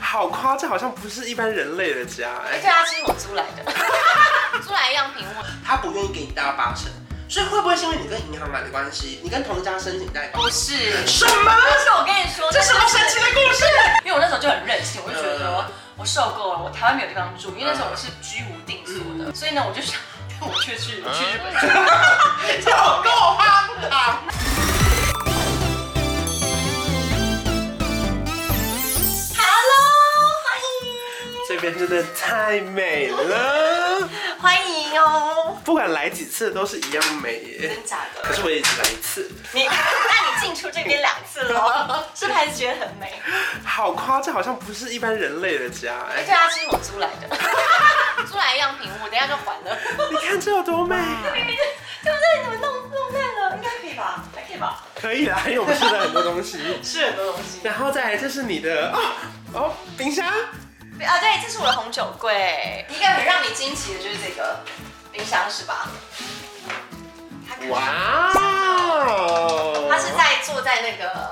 好夸张，好像不是一般人类的家哎、而且它啊是我租来的， 租来样品我他不愿意给你贷到八成，所以会不会是因为你跟银行买的关系，你跟同一家申请贷款？不是。什么？ 但是我跟你说，这什么神奇的故事？因为我那时候就很任性，我就觉得嗯我受够了，我台湾没有地方住，因为那时候我是居无定所的，所以呢，我就想，但我却去去日本住。有够荒唐！ Hello，这边真的太美了，欢迎欢迎哦，不管来几次都是一样美耶。真假的？可是我也只来一次，你， 那你进出这边两次了，是不是还是觉得很美？好夸张，好像不是一般人类的家哎、而且它啊是我租来的， 租来样品我等一下就还了。你看这有多美，对不对？你们弄弄烂了，应该可以吧？还可以吧？可以啦，因为我们吃了很多东西。是很多东西。 然后再来就是你的哦哦冰箱，啊，对，这是我的红酒柜。应该很让你惊奇的就是这个冰箱是吧？它可哇哦，它是在坐在那个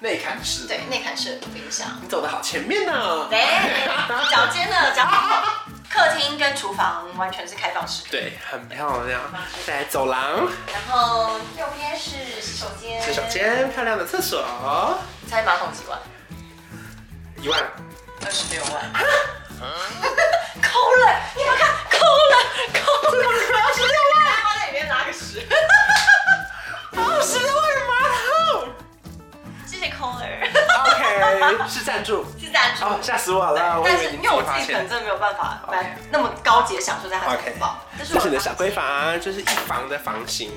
内砍式，对内涵式的冰箱。你走的好前面呢、对，脚尖的脚。客厅跟厨房完全是开放式， 对，很漂亮。再来走廊、然后右边是洗手间，洗手间、漂亮的厕所，猜马桶几万？一万。二十六万。 抠了，你们看，抠了，抠了，二十六万，放在里面拿个十。哦二十万马桶。谢谢抠儿， OK，是赞助。是赞助。哦，吓死我了！我以但是为你因自为我己自花己可能钱。真的没有办法 OK 买那么高级的享受在它的 OK 城堡，这这是你的小闺闺房，就是一房的房型。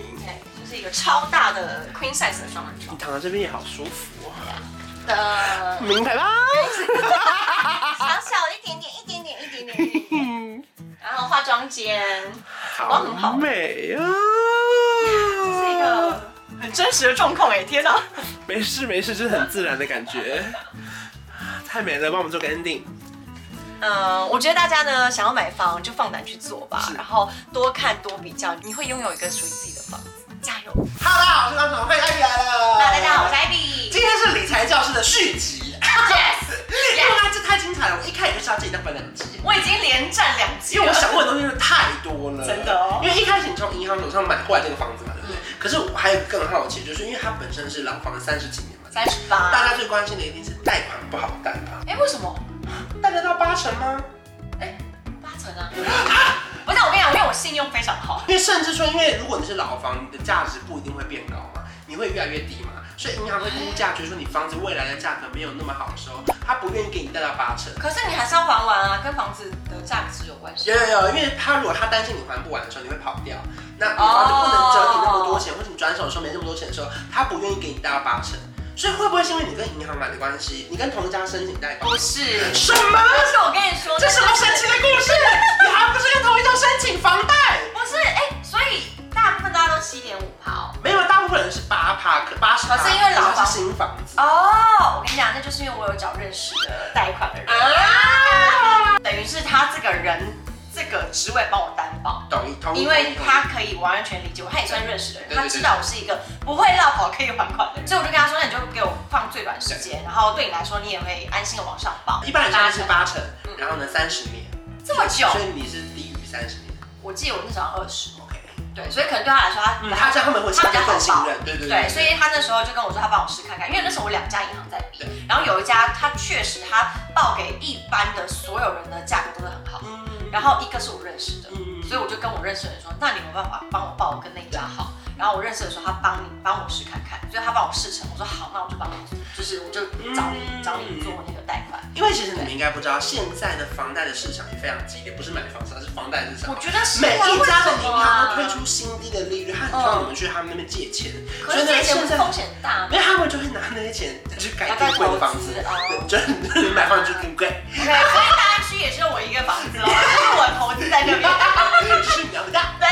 就是一个超大的 queen size 的双人床你躺在这边也好舒服哦， 的，名牌包。哎小小一点点，一点点，一点点一点点， 嗯，然后化妆 间好美 啊！是一个很真实的状况哎，天哪！没事没事，就是很自然的感觉， 太美了，帮我们做个 ending。嗯，我觉得大家呢想要买房就放胆去做吧是，然后多看多比较，你会拥有一个属于自己的房子，加油！呃哈喽，大家好，我是张小慧，艾米来了。那大家好，我是 Ivy，今天是理财教师的续 集，因为 yes，它这太精彩了，我一开始就知道这一定要分两集。我已经连战两集因为了我。想问的东西太多了，真的哦嗯因为一开始你从银行手上买，后来这个房子嘛，对不对？可是我还有一个更好奇，就是因为它本身是老房三十几年嘛，三十八，大家最关心的一定是贷款不好贷吧？哎，为什么？贷得到八成吗？八成啊！不是，我跟你讲，因为我信用非常好。因为甚至说，因为如果你是老房，你的价值不一定会变高嘛，你会越来越低嘛，所以银行会估价，觉得说你房子未来的价格没有那么好的时候，他不愿意给你贷到八成。可是你还是要还完啊，跟房子的价值有关系。有有有，因为他如果他担心你还不完的时候，你会跑掉，那你房子不哦能折抵那么多钱，或者你转手的时候没那么多钱的时候，他不愿意给你贷到八成。所以会不会是因为你跟银行买的关系，你跟同一家申请贷款不？是，什么？不是，我跟你说，这什么神奇的故事？你还不是跟同一家申请房贷？不是，哎，所以大部分大家都七点五趴哦。没有，大部分人是八趴，可八十趴，可哦是因为老它房是新房子。哦，我跟你讲，那就是因为我有找认识的贷款的人，啊！等于是他这个人这个职位帮我担保。懂一通，因为他可以完全理解我，他也算认识的人，对对他知道我是一个不会落跑可以还款的人，所以我就跟他说，那你就给我放最短时间，然后对你来说你也会安心的往上报。一般人家是八嗯八成，然后呢三十年，这么久，所以你是低于三十年。我记得我那时候二十， OK，对，所以可能对他来说他、他这样他们会嗯他比较更好信报任，嗯对对对，所以他那时候就跟我说他帮我试看看，因为那时候我两家银行在比对，然后有一家他确实他报给一般的所有人的价格都是很好，嗯，然后一个是我认识的，嗯所以我就跟我认识的人说，那你有没有办法帮我报我跟那一家好？然后我认识的时候，他帮你帮我试看看，所以他帮我试成，我说好，那我就帮你，就是我就找你、嗯找你做那个贷款。因为其实你们应该不知道，现在的房贷的市场也非常激烈，不是买房市场，是房贷市场我。觉得嗯是啊每一家的为什银么啊行都推出新低的利率，他很希望你们去他们那边借钱，可是这些不现是在风险很大吗因为他们就会拿那些钱去改更贵的房子，拿来投资哦对，就是你就是你买房就更贵， ？OK，所以大安区也只有我一个房子哦，就是我投资在那 边，就是你要不到。对，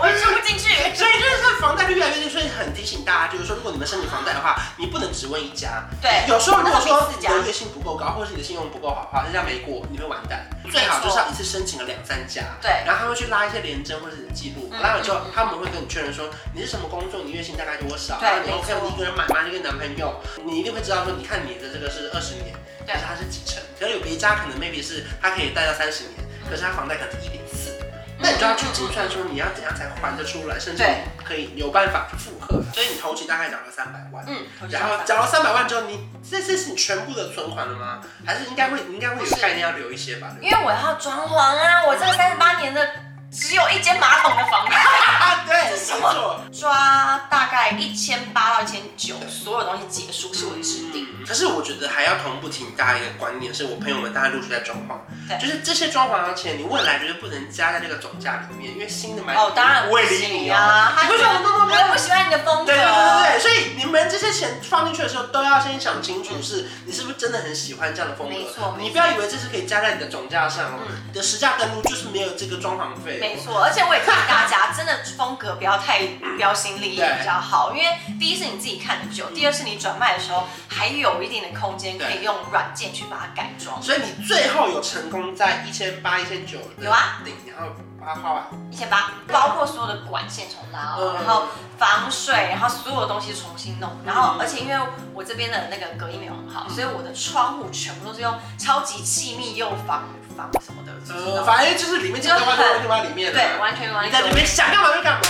我住不进去。所以就是房贷率越来越低，所以很提醒大家，就是说，如果你们申请房贷的话，你不能只问一家。对有时候如果我那时候说比四你家的月薪不够高，或者是你的信用不够好的话，人家没过，你会完蛋。最好就是要一次申请了两三家，对然后他会去拉一些联征或者是记录，嗯拉了之后嗯嗯他们会跟你确认说你是什么工作，你月薪大概多少，对然后你没 OK，错你一个人买吗？你跟男朋友，你一定会知道说，你看你的这个是二十年，对但是它是几成，可是有别家可能 maybe 是他可以贷到三十年，嗯可是他房贷可能是一点四，那你就要去精算说你要怎样才还得出来，甚至对你可以有办法去复合。所以你头期大概缴了三百万，嗯，我就然后想缴了三百万之后，你这这是你全部的存款了吗？还是应该会你应该会有不是概念要留一些吧？因为我要装潢啊，我这三十八年的只有一间马桶的房子，啊，对，没这是什错。抓大概一千八到一千九，所有东西结束是我制定。嗯可是我觉得还要同步提醒大家一个观念，是我朋友们大家陆续在装潢，对就是这些装潢的钱，你未来绝对不能加在这个总价里面，因为新的买哦，当然不会理行你啊，哦，你不觉得我弄弄我也不喜欢你的风格。对对对对对，所以你们这些钱放进去的时候，都要先想清楚，是你是不是真的很喜欢这样的风格？没错你不要以为这是可以加在你的总价上哦，嗯你的实价登录就是没有这个装潢费哦。没错，而且我也建议大家，真的风格不要太标新立异对比较好，因为第一是你自己看得久，第二是你转卖的时候还有一定的空间可以用软件去把它改装。所以你最后有成功在一千八、一千九有啊，顶，然后把它花完。一千八，包括所有的管线重拉哦，嗯然后防水，然后所有的东西重新弄，然后而且因为我这边的那个隔音没有很好，所以我的窗户全部都是用超级气密又防防什么的，就是那呃，种反正就是里面这个花都会放在里面的。对，完全完你全在里面想干嘛就干嘛。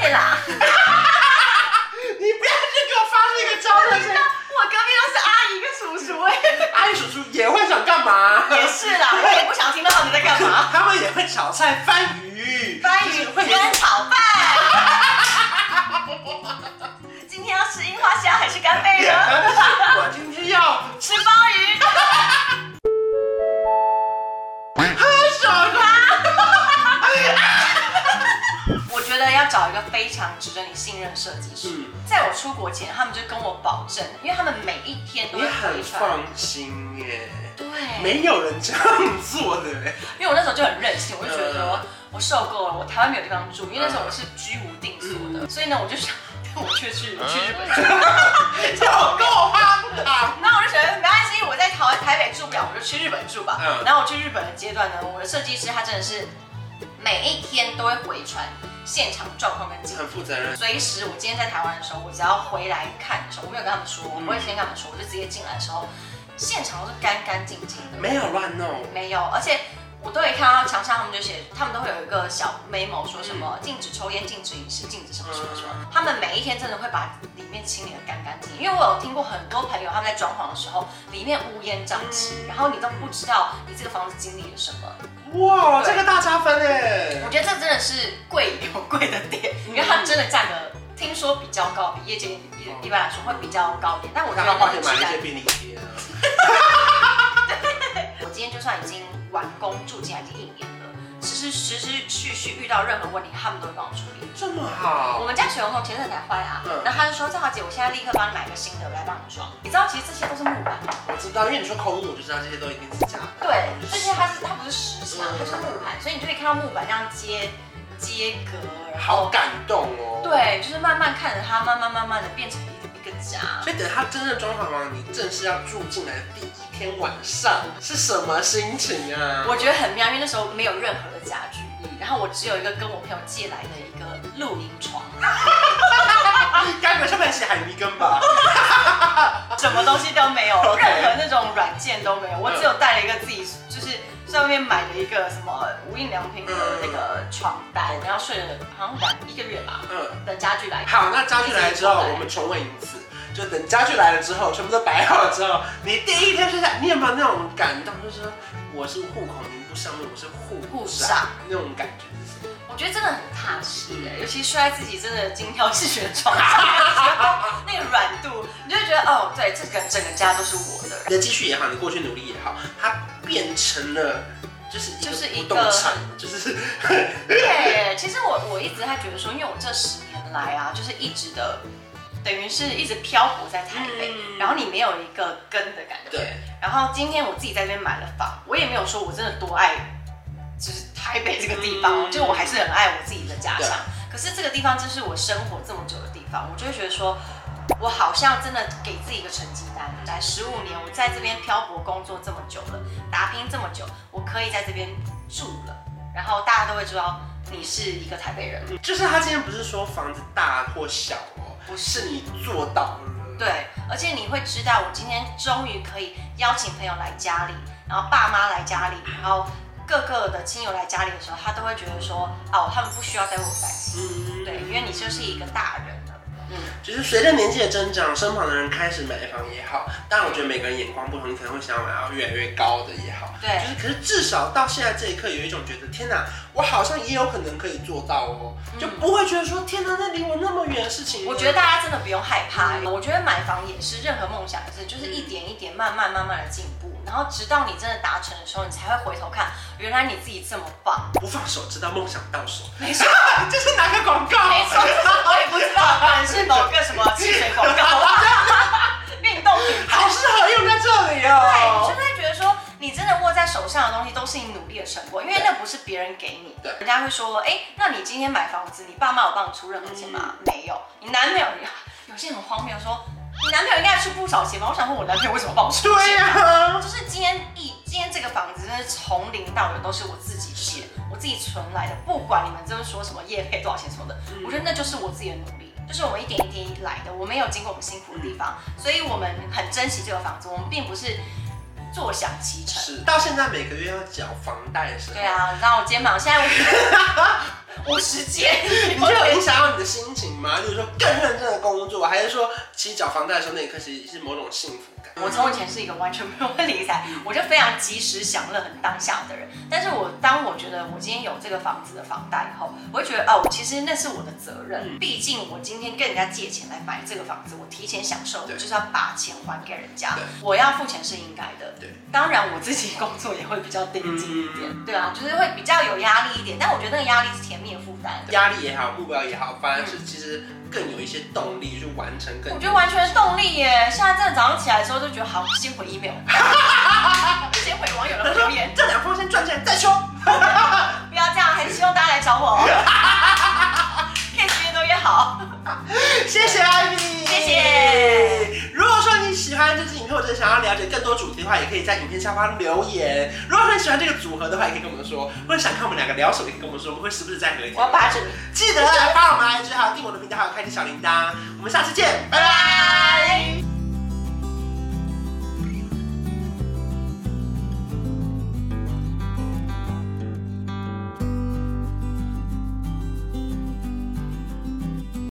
对啦，你不要去给我发这个招了，现在我隔壁都是阿姨跟叔叔哎、阿姨叔叔也会想干嘛？ 也是啦， 我也不想听到他们在干 嘛。他们也会炒菜、翻鱼，番就禺是会有跟炒饭。 今天要吃樱花虾还是干 贝呢？我今天要吃鲍鱼。 喝什么？我觉得要找一个非常值得你信任的设计师。嗯，在我出国前，他们就跟我保证，因为他们每一天都你会很回传。放心耶，对，没有人这样做的耶。因为我那时候就很任性，我就觉呃得我受够了，我台湾没有地方住，因为那时候我是居无定所嗯的，所以呢，我就想， 但我却去我去日本住。有够荒唐！那我就觉得没关系，我在台台北住不了，我就去日本住吧。嗯然后我去日本的阶段呢，我的设计师他真的是每一天都会回传现场状况跟景很负责任，随时我今天在台湾的时候，我只要回来看的时候，我没有跟他们说，我不会先跟他们说，我就直接进来的时候，现场都是干干净净的，没有乱弄。没有，而且。我都会看到墙上，他们就写，他们都会有一个小 memo 说什么禁止抽烟、禁止饮食、禁止什么什么什么。他们每一天真的会把里面清理的干干净，净，因为我有听过很多朋友他们在装潢的时候，里面乌烟瘴气，然后你都不知道你这个房子经历了什么。哇，对这个大加分哎我！觉得这真的是贵有贵的点，因为他们真的占的听说比较高，比业界一一般来说会比较高一点。但我觉那他得花那个钱质买了一感些便利贴啊。我今天就算已经完工住进来已经一年了，实实实实续续遇到任何问题，他们都会帮我处理。这么我好，们家水龙头前阵才坏啊嗯，然后他就说：“赵小姐，我现在立刻帮你买一个新的，我来帮你装。”你知道，其实这些都是木板，我知道，因为你说抠路，我就知道这些都一定是假的。对，这些它是它不是石墙，它是木板，所以你就可以看到木板这样接接隔，然好后感动哦。。对，就是慢慢看着它，慢慢慢慢的变成一个一个家。所以等他真正装潢完，你正式要住进来的第一天晚上是什么心情啊？我觉得很妙，因为那时候没有任何的家具，然后我只有一个跟我朋友借来的一个露营床，该不会上面写海迷根吧？什么东西都没有， OK 任何那种软件都没有，我只有带了一个自己就是在外面买了一个什么无印良品的那个床单，然后睡了好像两一个月吧嗯，的家具来。好，那家具来了之后，我们重问一次，就等家具来了之后，全部都摆好了之后，你第一天睡下，你有没有那种感动？就是说我是户口名簿上面，我是户户上那种感觉是什么。我觉得真的很踏实哎，尤其睡在自己真的精挑细选的床上的时候，那个软度，你就会觉得哦，对，这个整个家都是我的。你的积蓄也好，你过去努力也好，它变成了就是一个就是一不个动产，就是 对，其实我我一直在觉得说，因为我这十年来啊，就是一直的，等于是一直漂泊在台北，嗯然后你没有一个根的感觉。对。然后今天我自己在这边买了房，我也没有说我真的多爱，就是台北这个地方哦，嗯就我还是很爱我自己的家对乡。可是这个地方真是我生活这么久的地方，我就会觉得说。我好像真的给自己一个成绩单，来十五年，我在这边漂泊工作这么久了，打拼这么久，我可以在这边住了，然后大家都会知道你是一个台北人。就是他今天不是说房子大或小哦，不是是你做到了。对，而且你会知道，我今天终于可以邀请朋友来家里，然后爸妈来家里，然后各个的亲友来家里的时候，他都会觉得说，哦，他们不需要再为我担嗯，心，对，因为你就是一个大人了，嗯，就是随着年纪的增长，身旁的人开始买房也好，但我觉得每个人眼光不同，你可能会想要买到越来越高的也好，对就是可是至少到现在这一刻，有一种觉得天哪，我好像也有可能可以做到哦，嗯就不会觉得说天哪，那离我那么远的事情，我觉得大家真的不用害怕、我觉得买房也是，任何梦想也是，就是一点一点、慢慢、慢慢的进步，然后直到你真的达成的时候，你才会回头看，原来你自己这么棒。不放手，直到梦想到手，没 错，这是哪个广告？没错，我也不知道，可能是某个什么汽水广告， 运动品 牌好。适合用在这里对，哦。就会觉得说，你真的握在手上的东西都是你努力的成果，因为那不是别人给你的。对人家会说，哎、那你今天买房子，你爸妈有帮你出任何钱吗？嗯没有。你男朋友，有些人很荒谬说，你男朋友应该出不少钱吧？我想问我男朋友为什么帮我出对钱？呀、就是今天一今天这个房子真的是从零到有都是我自己钱，我自己存来的，不管你们真的说什么业配多少钱什么的，我觉得那就是我自己的努力，就是我们一点一点来的，我们也有经过我们辛苦的地方，所以我们很珍惜这个房子，我们并不是坐享其成。是到现在每个月要缴房贷的时候，对啊，你知道我肩膀现在 我五十肩，你觉得有影响到你的心情吗？就是说更认真的工作，还是说其实缴房贷的时候那一刻其实是某种幸福感？我从以前是一个完全不会理财，我就非常及时享乐、很当下的人。但是我当我觉得我今天有这个房子的房贷以后，我会觉得哦，其实那是我的责嗯任。毕竟我今天跟人家借钱来买这个房子，我提前享受，对就是要把钱还给人家对。我要付钱是应该的。对，当然我自己工作也会比较盯紧一点。嗯对啊，就是会比较有压力一点，但我觉得那个压力是甜蜜的负担。压力也好，目标也好，反而是其实更有一些动力去完成更。我觉得完全是动力耶！现在真的早上起来的时候就觉得好，先回 email，先回网友的留言。这两封先赚钱再说。不要这样，还是希望大家来找我哦。 越直越多越好。谢谢艾米，谢谢。如果说你喜欢这支影片，或者想要了解更多主题的话，也可以在影片下方留言。如果说你喜欢这个组合的话，也可以跟我们说，或者想看我们两个聊什么，也可以跟我们说，我们会时不时再合一我要把整，记得来发我们的 IG，还有订我的频道，还有开启小铃铛。我们下次见，拜拜。拜。